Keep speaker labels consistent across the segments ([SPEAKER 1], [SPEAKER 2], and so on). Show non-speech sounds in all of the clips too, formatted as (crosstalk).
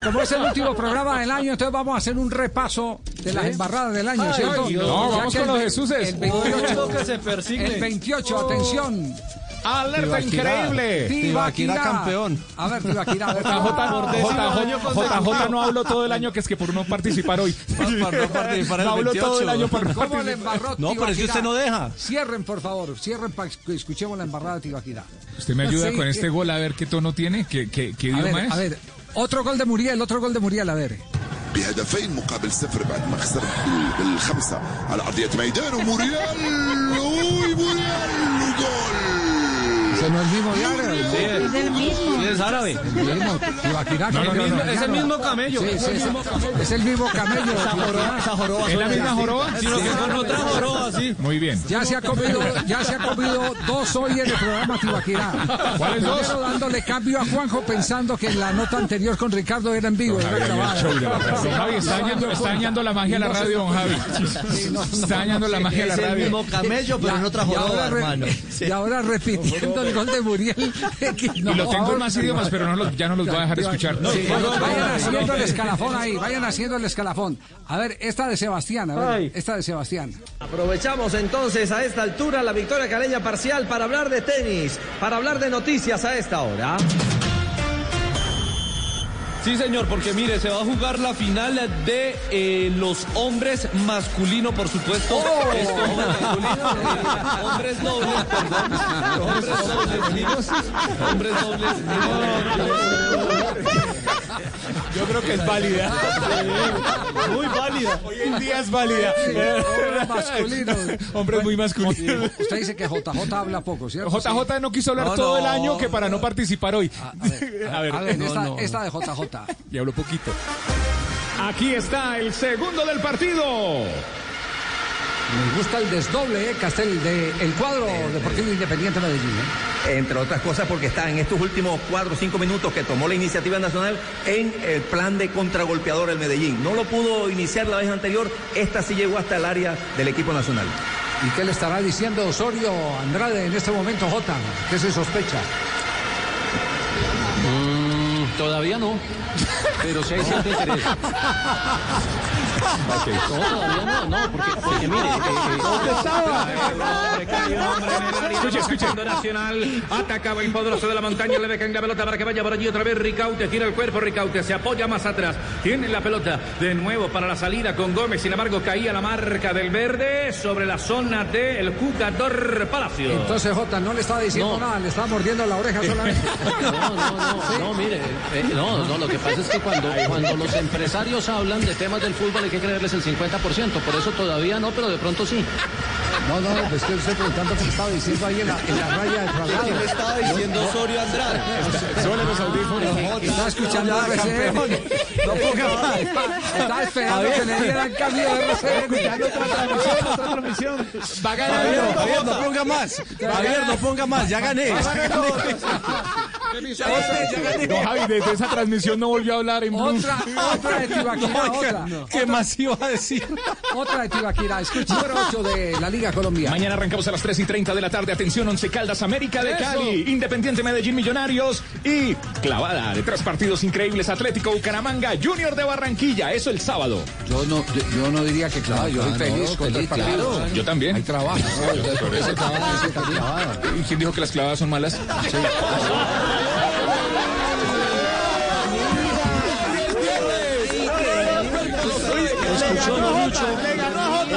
[SPEAKER 1] como es el último programa del año, entonces vamos a hacer un repaso de las embarradas del año,
[SPEAKER 2] Ay,
[SPEAKER 1] ¿cierto?
[SPEAKER 2] Dios.
[SPEAKER 1] O
[SPEAKER 3] No,
[SPEAKER 1] sea
[SPEAKER 3] vamos
[SPEAKER 1] que
[SPEAKER 3] con
[SPEAKER 1] el
[SPEAKER 3] los
[SPEAKER 1] ve-
[SPEAKER 3] Jesuses.
[SPEAKER 1] El 28,
[SPEAKER 2] que se persigue.
[SPEAKER 1] el 28, atención.
[SPEAKER 3] ¡Alerta
[SPEAKER 4] Tibaquirá.
[SPEAKER 3] increíble!
[SPEAKER 4] Tibaquirá campeón.
[SPEAKER 1] A ver, Tibaquirá, a ver.
[SPEAKER 3] JJ,
[SPEAKER 2] año
[SPEAKER 3] JJ,
[SPEAKER 2] consecutivo.
[SPEAKER 3] JJ no hablo todo el año, que es que por no
[SPEAKER 1] (laughs)
[SPEAKER 3] participar hoy.
[SPEAKER 4] Por no participar el
[SPEAKER 3] No hablo todo el
[SPEAKER 4] 28.
[SPEAKER 3] año por no
[SPEAKER 1] ¿Cómo le
[SPEAKER 3] participar.
[SPEAKER 1] embarró
[SPEAKER 4] No, pero es que
[SPEAKER 1] Tibaquirá?
[SPEAKER 4] usted no deja.
[SPEAKER 1] Cierren, por favor, cierren para que escuchemos la embarrada de Tibaquirá.
[SPEAKER 3] ¿Usted me ayuda
[SPEAKER 1] Sí.
[SPEAKER 3] con este gol a ver qué tono tiene? ¿Qué, qué, qué
[SPEAKER 1] A ver,
[SPEAKER 3] idioma
[SPEAKER 1] a
[SPEAKER 3] es?
[SPEAKER 1] ver, otro gol de Muriel, otro gol de Muriel, a ver.
[SPEAKER 5] بهدفين مقابل صفر بعد ما خسر بال- بالخمسه على ارضيه ميدان وموريال وموريال وجول
[SPEAKER 1] ¿Se no es el mismo diario?
[SPEAKER 2] Es el mismo. Es árabe.
[SPEAKER 1] El mismo, Tibaquirá.
[SPEAKER 3] No, no, no, no.
[SPEAKER 2] Es el mismo camello.
[SPEAKER 1] Sí, sí, es, es el mismo camello. Tibaquirá.
[SPEAKER 3] ¿Es la misma joroba?
[SPEAKER 2] Sino que con otra joroba, sí.
[SPEAKER 3] Muy bien.
[SPEAKER 1] Ya se ha comido, ya se ha comido dos hoy en el programa Tibaquirá.
[SPEAKER 3] ¿Cuáles
[SPEAKER 1] Primero
[SPEAKER 3] dos?
[SPEAKER 1] dándole cambio a Juanjo pensando que la nota anterior con Ricardo era en vivo, era grabada.
[SPEAKER 3] Don Javi, está dañando, está dañando la magia a la radio, don
[SPEAKER 1] (laughs)
[SPEAKER 3] Javi. Está dañando la magia a la
[SPEAKER 4] Es el
[SPEAKER 3] radio.
[SPEAKER 4] mismo camello, pero
[SPEAKER 1] Ya,
[SPEAKER 4] en otra
[SPEAKER 1] y
[SPEAKER 4] joroba,
[SPEAKER 1] ahora re-
[SPEAKER 4] hermano.
[SPEAKER 1] Y ahora repitiendo el gol de Muriel. que no,
[SPEAKER 3] Y lo tengo
[SPEAKER 1] ahora-
[SPEAKER 3] en más idiomas, pero no los- ya no los voy a dejar escuchar.
[SPEAKER 1] Sí, vayan haciendo el escalafón ahí, vayan haciendo el escalafón. A ver, esta de Sebastián, a ver,
[SPEAKER 2] Ay.
[SPEAKER 1] esta de Sebastián.
[SPEAKER 2] Aprovechamos entonces a esta altura la victoria caleña parcial para hablar de tenis, para hablar de noticias a esta hora. Sí, señor, porque mire, se va a jugar la final de eh, los hombres masculino, por supuesto. Esto, hombres masculino, eh, hombres dobles, perdón. Hombres dobles, niños. Hombres dobles.
[SPEAKER 3] Yo creo que es válida.
[SPEAKER 2] Muy válida.
[SPEAKER 3] Hoy en día es válida.
[SPEAKER 1] Sí, hombre masculino.
[SPEAKER 3] Hombre muy masculino.
[SPEAKER 1] Usted dice que JJ habla poco, ¿cierto?
[SPEAKER 3] JJ no quiso hablar
[SPEAKER 4] No,
[SPEAKER 3] todo el
[SPEAKER 4] no.
[SPEAKER 3] año que para no participar hoy. (laughs) A ver,
[SPEAKER 1] A ver,
[SPEAKER 3] no,
[SPEAKER 1] esta,
[SPEAKER 3] no.
[SPEAKER 1] esta de JJ.
[SPEAKER 3] Y habló poquito. Aquí está el segundo del partido.
[SPEAKER 1] Me gusta el desdoble, eh, Castel, de el cuadro Deportivo Independiente Medellín. eh.
[SPEAKER 6] entre otras cosas porque está en estos últimos cuatro o cinco minutos que tomó la iniciativa nacional en el plan de contragolpeador el Medellín. No lo pudo iniciar la vez anterior, esta sí llegó hasta el área del equipo nacional.
[SPEAKER 1] ¿Y qué le estará diciendo Osorio Andrade en este momento, J? ¿Qué se sospecha?
[SPEAKER 7] Todavía no, pero sí hay cierto interés. No, todavía no, no, porque, porque mire,
[SPEAKER 1] (laughs)
[SPEAKER 7] eh, eh,
[SPEAKER 3] Escuche, escuche.
[SPEAKER 8] Nacional atacaba el poderoso de la montaña, le dejan la pelota para que vaya por allí otra vez Ricaute, tira el cuerpo Ricaute, se apoya más atrás, tiene la pelota de nuevo para la salida con Gómez, sin embargo caía la marca del verde sobre la zona del jugador Palacio.
[SPEAKER 1] Entonces, J, no le está diciendo
[SPEAKER 7] No.
[SPEAKER 1] nada, le está mordiendo la oreja solamente.
[SPEAKER 7] no, no, no, no, mire, eh, no, no, lo que pasa es que cuando, cuando los empresarios hablan de temas del fútbol hay que creerles el 50%, por eso todavía no, pero de pronto sí.
[SPEAKER 1] (laughs) No, no, me estoy estoy preguntando qué estaba diciendo ahí en la, en la raya del
[SPEAKER 4] ¿Qué le
[SPEAKER 1] traslado.
[SPEAKER 4] estaba diciendo Osorio Andrade?
[SPEAKER 3] Suele los audífonos.
[SPEAKER 1] Estaba escuchando a RCN. No ponga más. Estaba esperando que le dieran cambio de RCN.
[SPEAKER 3] Va a
[SPEAKER 4] Javier,
[SPEAKER 3] ganar.
[SPEAKER 4] Javier, no ponga más. Javier, no ponga más. Ya gané.
[SPEAKER 3] No, Javi, desde esa transmisión no volvió a hablar en Blue.
[SPEAKER 1] Otra, otra de Tibaquirá, otra.
[SPEAKER 4] ¿Qué más iba a decir?
[SPEAKER 1] Otra de Tibaquirá. Escucha, número 8 de la Liga Colombiana.
[SPEAKER 3] Mañana arrancamos a las 3 y 30 de la tarde. Atención, Once Caldas, América de Cali, Independiente Medellín Millonarios y clavada de tres partidos increíbles. Atlético Bucaramanga, Junior de Barranquilla. Eso el sábado.
[SPEAKER 1] Yo no, yo, yo Ah, no diría que claro, yo soy feliz con tres partidos.
[SPEAKER 3] Yo también.
[SPEAKER 1] Hay trabajo. Por eso trabajo, ese trabajo.
[SPEAKER 3] ¿Y ¿Quién dijo que las clavadas son malas?
[SPEAKER 2] Escuchó no Lucho.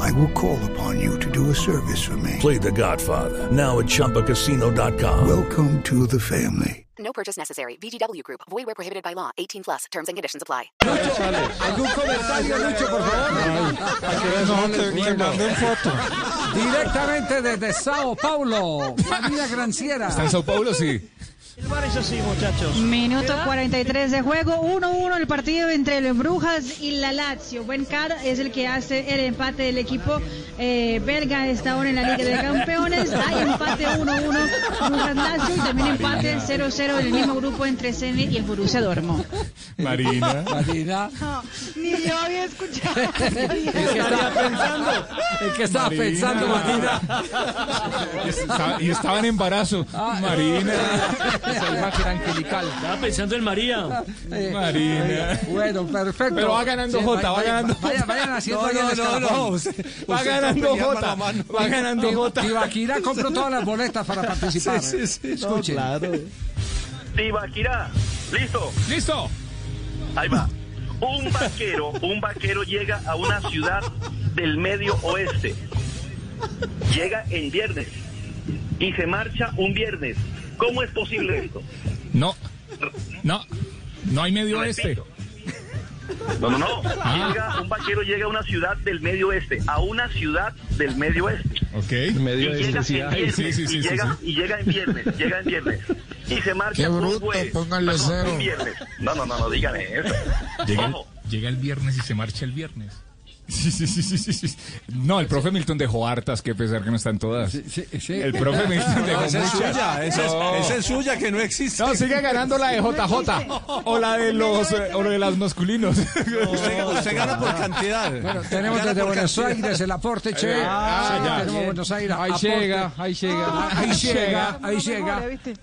[SPEAKER 5] I will call upon you to do a service for me.
[SPEAKER 9] Play The Godfather now at ChumbaCasino.com.
[SPEAKER 5] Welcome to the family.
[SPEAKER 10] No purchase necessary. VGW Group. Void where prohibited by law. 18 plus. Terms and conditions apply.
[SPEAKER 1] ¿Algún comentario, Lucho, por favor? Directamente desde Sao Paulo, María Granciera.
[SPEAKER 3] ¿Está en Sao Paulo? Sí.
[SPEAKER 11] Minuto 43 de juego, 1-1 el partido entre el Brujas y la Lazio. Buen Car es el que hace el empate del equipo eh, belga a esta hora en la Liga de Campeones. Hay empate 1-1 Brujas-Lazio y también empate 0-0 en el mismo grupo entre Ceni y el Borussia Dortmund.
[SPEAKER 3] (laughs)
[SPEAKER 1] Marina. Marina.
[SPEAKER 11] (laughs) Ni yo había (laughs) escuchado.
[SPEAKER 1] ¿En qué estaba pensando? ¿En qué estaba
[SPEAKER 3] Marina.
[SPEAKER 1] pensando, Marina?
[SPEAKER 3] Está- y estaba en embarazo.
[SPEAKER 1] (laughs)
[SPEAKER 3] Marina.
[SPEAKER 1] Es el más angelical.
[SPEAKER 12] Estaba pensando en María.
[SPEAKER 1] Eh,
[SPEAKER 3] Marina.
[SPEAKER 1] eh, Bueno, perfecto.
[SPEAKER 3] Pero va ganando Jota,
[SPEAKER 1] vaya-
[SPEAKER 3] va ganando
[SPEAKER 1] Vayan,
[SPEAKER 3] Jota.
[SPEAKER 1] vayan haciendo
[SPEAKER 3] No,
[SPEAKER 1] ahí
[SPEAKER 3] no,
[SPEAKER 1] el
[SPEAKER 3] no,
[SPEAKER 1] escalafón.
[SPEAKER 3] no, usted- va
[SPEAKER 1] Usted
[SPEAKER 3] ganando
[SPEAKER 1] peleando
[SPEAKER 3] Jota,
[SPEAKER 1] la mano.
[SPEAKER 3] va ganando
[SPEAKER 1] Iba-
[SPEAKER 3] Jota.
[SPEAKER 1] Ibaquirá compró todas las boletas para participar.
[SPEAKER 3] Sí, sí, sí. No,
[SPEAKER 1] Escuchen.
[SPEAKER 13] Tibaquirá, listo.
[SPEAKER 3] Listo.
[SPEAKER 13] Ahí va. Un vaquero, un vaquero llega a una ciudad del medio oeste. Llega en viernes y se marcha un viernes. ¿Cómo es posible esto?
[SPEAKER 3] No. No. No hay medio este.
[SPEAKER 13] No, no, no.
[SPEAKER 3] Ah.
[SPEAKER 13] Llega, un vaquero llega a una ciudad del medio oeste, a una ciudad del medio oeste.
[SPEAKER 3] Ok.
[SPEAKER 13] y llega en viernes,
[SPEAKER 3] Sí, sí,
[SPEAKER 13] y
[SPEAKER 3] sí, sí,
[SPEAKER 13] llega,
[SPEAKER 3] sí.
[SPEAKER 13] y llega en viernes, llega en viernes. Y se marcha
[SPEAKER 3] Qué
[SPEAKER 13] un
[SPEAKER 3] bruto,
[SPEAKER 13] jueves.
[SPEAKER 3] póngale
[SPEAKER 13] Perdón,
[SPEAKER 3] cero.
[SPEAKER 13] un viernes. No, no, no, no, dígame eso.
[SPEAKER 3] Llega el,
[SPEAKER 13] Ojo.
[SPEAKER 3] llega el viernes y se marcha el viernes. Sí, sí, sí, sí, sí, sí. No, el profe Milton dejó hartas, que pesar que no están todas. El profe Milton
[SPEAKER 4] No,
[SPEAKER 3] dejó
[SPEAKER 4] esa es
[SPEAKER 3] muchas.
[SPEAKER 4] suya, esa es-
[SPEAKER 3] No.
[SPEAKER 4] esa es suya que no existe.
[SPEAKER 3] No, sigue ganando la de JJ o la de los eh, o la de las masculinos.
[SPEAKER 4] Usted, usted gana por cantidad.
[SPEAKER 1] Bueno, tenemos
[SPEAKER 4] Gana
[SPEAKER 1] desde
[SPEAKER 4] por
[SPEAKER 1] Buenos
[SPEAKER 4] cantidad.
[SPEAKER 1] Aires el aporte, che.
[SPEAKER 3] Ah,
[SPEAKER 1] Sí,
[SPEAKER 3] ya.
[SPEAKER 1] tenemos
[SPEAKER 3] Bien.
[SPEAKER 1] Buenos Aires.
[SPEAKER 2] Ahí
[SPEAKER 1] aporte. Ah,
[SPEAKER 2] llega, ahí llega.
[SPEAKER 1] Ahí llega, ahí llega.
[SPEAKER 11] ¿eh?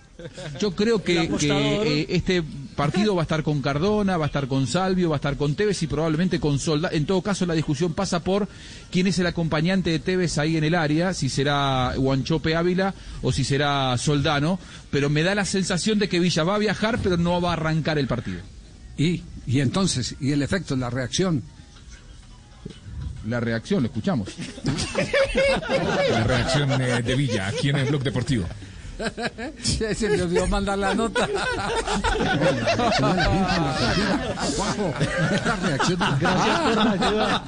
[SPEAKER 14] Yo creo que, que, eh, este partido va a estar con Cardona, va a estar con Salvio, va a estar con Tevez y probablemente con Solda. En todo caso, la discusión pasa por quién es el acompañante de Tevez ahí en el área, si será Guanchope Ávila o si será Soldano. Pero me da la sensación de que Villa va a viajar, pero no va a arrancar el partido.
[SPEAKER 1] Y, y entonces, y el efecto, la (laughs) reacción.
[SPEAKER 14] La reacción, lo escuchamos.
[SPEAKER 3] La reacción eh, de Villa aquí en el blog deportivo.
[SPEAKER 1] Se, se me olvidó mandar la nota. Juanjo, la reacción de-
[SPEAKER 12] Gracias por la ayuda.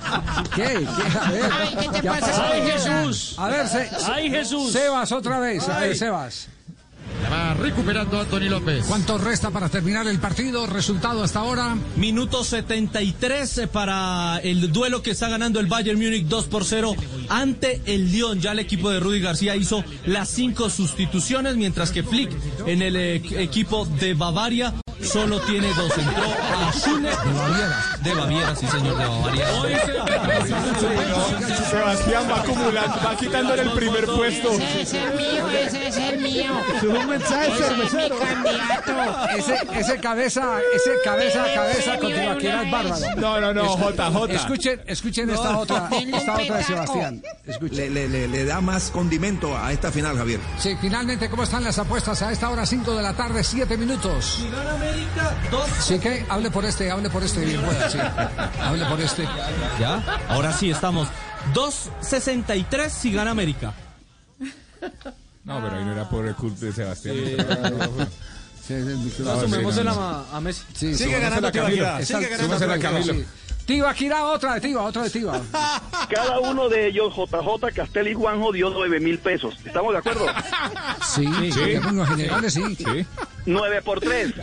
[SPEAKER 1] ¿Qué? ¿Qué? A ver,
[SPEAKER 12] Ay, ¿qué te
[SPEAKER 1] ya
[SPEAKER 12] pasa?
[SPEAKER 1] pasó.
[SPEAKER 12] Ay, Jesús.
[SPEAKER 1] A ver, se- se-
[SPEAKER 12] Ay, Jesús.
[SPEAKER 1] Sebas, otra vez. A ver,
[SPEAKER 12] Ay.
[SPEAKER 1] Sebas.
[SPEAKER 12] Va recuperando Anthony López.
[SPEAKER 1] ¿Cuánto resta para terminar el partido? ¿Resultado hasta ahora?
[SPEAKER 15] Minuto 73 para el duelo que está ganando el Bayern Múnich 2 por 0 ante el Lyon. Ya el equipo de Rudy García hizo las cinco sustituciones, mientras que Flick en el eh, equipo de Bavaria solo tiene dos. Entró a Schüle de Baviera. De Baviera, sí señor, de Bavaria.
[SPEAKER 3] Sebastián va acumulando, va quitándole el primer puesto.
[SPEAKER 12] Ese es el mío, ese es el mío.
[SPEAKER 1] un mensaje,
[SPEAKER 12] Ese es mi
[SPEAKER 1] cervecero.
[SPEAKER 12] candidato.
[SPEAKER 1] Ese, ese cabeza, ese cabeza a
[SPEAKER 12] Denle
[SPEAKER 1] cabeza
[SPEAKER 12] un
[SPEAKER 1] contra
[SPEAKER 12] premio
[SPEAKER 1] Ibaquirá es
[SPEAKER 12] de una
[SPEAKER 1] bárbaro.
[SPEAKER 12] vez.
[SPEAKER 3] No, no, no, JJ.
[SPEAKER 1] Escuchen, escuchen esta
[SPEAKER 6] No. (laughs)
[SPEAKER 1] otra,
[SPEAKER 6] Denle
[SPEAKER 1] esta
[SPEAKER 6] un
[SPEAKER 1] otra de
[SPEAKER 6] petaco.
[SPEAKER 1] Sebastián.
[SPEAKER 6] Le, le- le- le da más condimento a esta final, Javier.
[SPEAKER 1] Sí, finalmente, ¿cómo están las apuestas a esta hora 5 de la tarde, 7 minutos? Sí, que hable por este, hable por este. bien, bueno, sí. Hable por este.
[SPEAKER 15] Ya, ahora sí estamos. 2.63 si gana América.
[SPEAKER 3] No, pero ahí no era por el culpa de Sebastián.
[SPEAKER 1] No,
[SPEAKER 3] sí, no, no.
[SPEAKER 1] a Messi. Sí,
[SPEAKER 4] Sigue ganando
[SPEAKER 1] sumémosela a Camilo.
[SPEAKER 4] Tibaquirá,
[SPEAKER 1] Está-
[SPEAKER 4] sigue ganando
[SPEAKER 1] sumémosela a
[SPEAKER 4] Tibaquirá,
[SPEAKER 1] Camilo. Tibaquirá, otra de Tiba, otra de Tiba.
[SPEAKER 13] Cada uno de ellos, JJ, Castel y Juanjo, dio 9 mil pesos. ¿Estamos de acuerdo?
[SPEAKER 1] Sí, sí. en términos generales, sí.
[SPEAKER 13] 9 por
[SPEAKER 8] (laughs)
[SPEAKER 13] 3.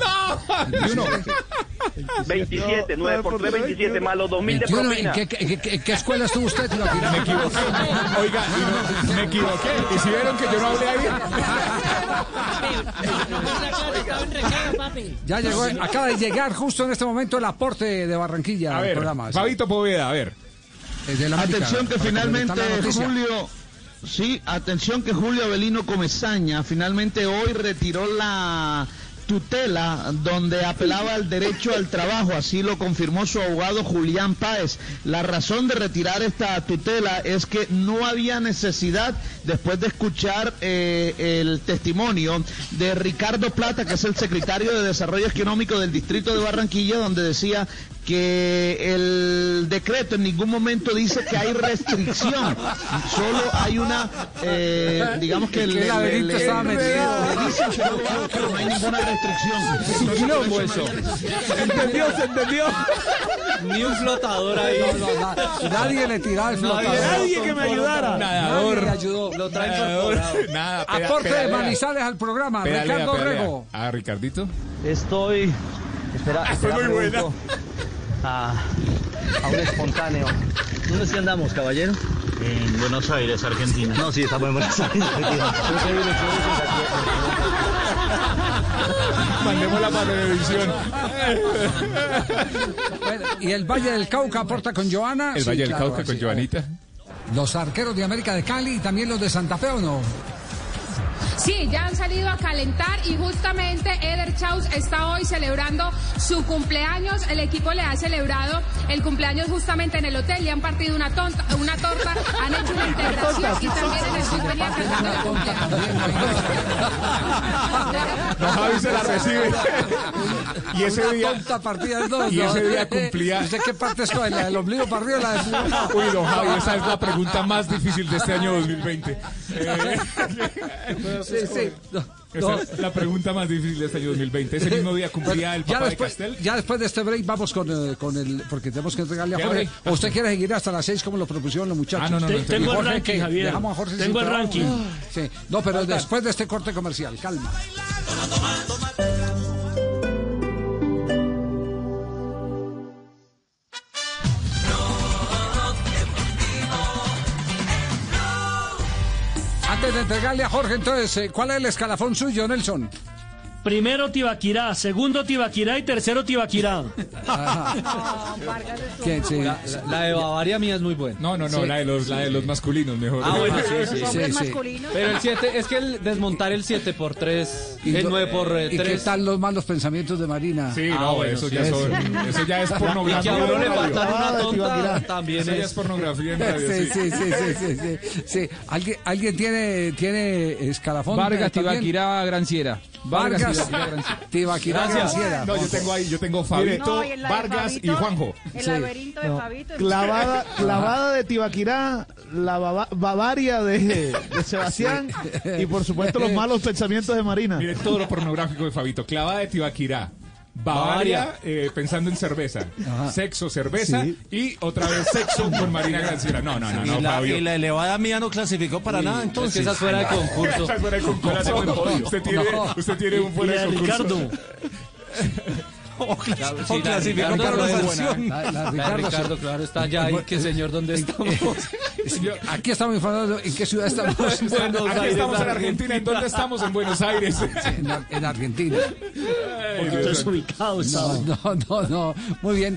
[SPEAKER 13] 27, 9 por 3, 27 más los 2 mil de
[SPEAKER 1] Veintiuno, ¿En
[SPEAKER 13] propina.
[SPEAKER 1] qué, qué- qué- qué escuela estuvo usted, Tibaquirá?
[SPEAKER 3] Me equivoqué. Oiga, y no- me equivoqué. ¿Y si vieron que yo no hablé ahí?
[SPEAKER 1] Ya llegó, acaba de llegar justo en este momento el aporte de Barranquilla
[SPEAKER 3] A
[SPEAKER 1] al
[SPEAKER 3] ver,
[SPEAKER 1] programa. sí.
[SPEAKER 3] Fabito Poveda, a ver.
[SPEAKER 1] Desde la América,
[SPEAKER 16] Atención que
[SPEAKER 1] para
[SPEAKER 16] finalmente
[SPEAKER 1] complementar la noticia.
[SPEAKER 16] Julio, sí, atención que Julio Avelino Comezaña finalmente hoy retiró la tutela donde apelaba al derecho al trabajo, así lo confirmó su abogado Julián Páez. La razón de retirar esta tutela es que no había necesidad, después de escuchar eh, el testimonio de Ricardo Plata, que es el secretario de Desarrollo Económico del Distrito de Barranquilla, donde decía
[SPEAKER 17] que el decreto en ningún momento dice que hay restricción, solo hay una, eh, digamos que
[SPEAKER 1] ¿En
[SPEAKER 17] el,
[SPEAKER 1] qué
[SPEAKER 17] el-
[SPEAKER 1] laberinto
[SPEAKER 17] el-
[SPEAKER 1] estaba
[SPEAKER 17] el-
[SPEAKER 1] metido?
[SPEAKER 17] le dicen que no, que no hay ninguna restricción. Entonces, por
[SPEAKER 3] pues,
[SPEAKER 17] eso
[SPEAKER 1] ¿Se entendió? ¿Se entendió?
[SPEAKER 2] Ni un flotador ahí.
[SPEAKER 1] No, no, na- nadie le tiraba el
[SPEAKER 2] Nadie,
[SPEAKER 1] flotador.
[SPEAKER 2] nadie que me ayudara.
[SPEAKER 1] Nadie
[SPEAKER 2] Nadador.
[SPEAKER 1] le ayudó.
[SPEAKER 2] Lo trae Nadador. incorporado.
[SPEAKER 3] Nada, peda-
[SPEAKER 1] Aporte de
[SPEAKER 3] pedalea.
[SPEAKER 1] Manizales al programa.
[SPEAKER 3] Pedalea,
[SPEAKER 1] Ricardo
[SPEAKER 3] pedalea.
[SPEAKER 1] Rego.
[SPEAKER 3] Ah, Ricardito.
[SPEAKER 8] Estoy. Espera, espera,
[SPEAKER 3] Ah, muy buena.
[SPEAKER 8] pregunto A, a un espontáneo. ¿Dónde sí andamos, caballero? En Buenos Aires, Argentina. No, sí, estamos en Buenos Aires.
[SPEAKER 1] Mandémosla para televisión. y el Valle del Cauca aporta con Joana.
[SPEAKER 3] El
[SPEAKER 1] Sí,
[SPEAKER 3] Valle del
[SPEAKER 1] claro,
[SPEAKER 3] Cauca con
[SPEAKER 1] así.
[SPEAKER 3] Joanita.
[SPEAKER 1] Los arqueros de América de Cali y también los de Santa Fe, ¿o no?
[SPEAKER 18] Sí, ya han salido a calentar y justamente Eder Chaus está hoy celebrando su cumpleaños. El equipo le ha celebrado el cumpleaños justamente en el hotel. Le han partido una, tonta, una torta, han hecho una integración y también en el bus venía cantando el cumpleaños.
[SPEAKER 3] No, Javi se la recibe.
[SPEAKER 1] Y ese día. partida de dos,
[SPEAKER 3] (laughs) y
[SPEAKER 1] ¿no? (laughs)
[SPEAKER 3] ese día cumplía-
[SPEAKER 1] ¿Usted qué parte es con la del ombligo para arriba o la de su-
[SPEAKER 3] Uy, don Javi, esa es la pregunta más difícil de este año 2020. Eh,
[SPEAKER 1] (laughs) Sí, sí. No,
[SPEAKER 3] esa
[SPEAKER 1] no.
[SPEAKER 3] es la pregunta más difícil de este año 2020. Ese mismo día cumplía el
[SPEAKER 1] ya
[SPEAKER 3] papá de
[SPEAKER 1] después,
[SPEAKER 3] Castel.
[SPEAKER 1] ya después de este break vamos con, eh, con el. Porque tenemos que entregarle a
[SPEAKER 3] ¿Qué
[SPEAKER 1] Jorge.
[SPEAKER 3] break?
[SPEAKER 1] ¿O usted quiere seguir hasta las seis como lo propusieron los muchachos?
[SPEAKER 3] Ah, no, no, no, Te- tengo
[SPEAKER 1] ¿Y
[SPEAKER 3] el
[SPEAKER 1] Jorge,
[SPEAKER 3] ranking,
[SPEAKER 1] qué?
[SPEAKER 3] Javier.
[SPEAKER 1] Dejamos a Jorge sin
[SPEAKER 3] Tengo el
[SPEAKER 1] trabajo?
[SPEAKER 3] ranking.
[SPEAKER 1] Sí. No, pero después de este corte comercial, calma. Antes de entregarle a Jorge, entonces, eh, ¿cuál es el escalafón suyo, Nelson?
[SPEAKER 19] Primero Tibaquirá, segundo Tibaquirá y tercero
[SPEAKER 1] (laughs)
[SPEAKER 19] Tibaquirá.
[SPEAKER 1] Ah, ¿Quién? Sí.
[SPEAKER 2] La, la- la de Bavaria mía es muy buena.
[SPEAKER 3] No, no, no,
[SPEAKER 2] Sí.
[SPEAKER 3] la, de los, la de los masculinos, mejor.
[SPEAKER 2] Ah, bueno, sí, sí,
[SPEAKER 3] sí,
[SPEAKER 2] sí, sí. Pero el 7, es que el desmontar el 7 por 3, el 9 por eh,
[SPEAKER 1] ¿Y qué
[SPEAKER 2] 3.
[SPEAKER 1] tal los malos pensamientos de Marina?
[SPEAKER 3] Sí, no, eso, ya son- eso ya es
[SPEAKER 2] Y que a uno le
[SPEAKER 3] pornografía.
[SPEAKER 2] faltan una tonta, también
[SPEAKER 3] Eso ya es pornografía en radio.
[SPEAKER 1] Sí, sí, sí, sí, sí, sí, sí. ¿Alguien, alguien tiene, tiene escalafón?
[SPEAKER 20] Vargas,
[SPEAKER 1] también?
[SPEAKER 20] Tibaquirá, Granciera. Vargas,
[SPEAKER 1] Vargas,
[SPEAKER 20] Tibaquirá, Granciera.
[SPEAKER 1] Tibaquirá, Granciela.
[SPEAKER 3] No, yo tengo ahí, yo tengo Fabito, Vargas y Juanjo.
[SPEAKER 21] El laberinto de
[SPEAKER 5] No.
[SPEAKER 21] Fabito.
[SPEAKER 5] Clavada,
[SPEAKER 21] Ajá.
[SPEAKER 5] clavada de Tibaquirá, la bava- Bavaria de, de Sebastián
[SPEAKER 3] Sí.
[SPEAKER 5] y por supuesto los malos pensamientos de Marina.
[SPEAKER 3] Mire todo lo pornográfico de Fabito. Clavada de Tibaquirá. Bavaria, eh, pensando en cerveza. Sexo, cerveza. Y otra vez sexo con Marina Granciera. No, no, no, no,
[SPEAKER 22] y, la,
[SPEAKER 3] Fabio.
[SPEAKER 22] y
[SPEAKER 3] (laughs)
[SPEAKER 22] la elevada mía no clasificó para
[SPEAKER 3] Uy,
[SPEAKER 22] nada,
[SPEAKER 2] pues
[SPEAKER 3] es que
[SPEAKER 22] entonces.
[SPEAKER 3] esa es fuera de concurso. Esa es fuera de concurso. Usted tiene- usted tiene un fuera
[SPEAKER 22] Y la
[SPEAKER 3] de concurso.
[SPEAKER 2] (laughs)
[SPEAKER 22] Ricardo.
[SPEAKER 2] O clasificó
[SPEAKER 22] o clasificó para
[SPEAKER 2] la
[SPEAKER 22] la
[SPEAKER 2] Ricardo es
[SPEAKER 22] sanción.
[SPEAKER 2] buena. La- la
[SPEAKER 1] La de
[SPEAKER 2] Ricardo,
[SPEAKER 1] Ricardo,
[SPEAKER 2] claro, está ya ahí. Que señor, ¿dónde estamos?
[SPEAKER 1] Aquí estamos informando en qué ciudad estamos.
[SPEAKER 3] Aquí estamos en Argentina. ¿En dónde estamos? En Buenos Aires.
[SPEAKER 1] En, Ar- en Argentina.
[SPEAKER 3] Porque Dios estás mío.
[SPEAKER 1] No, no, no, no. Muy bien.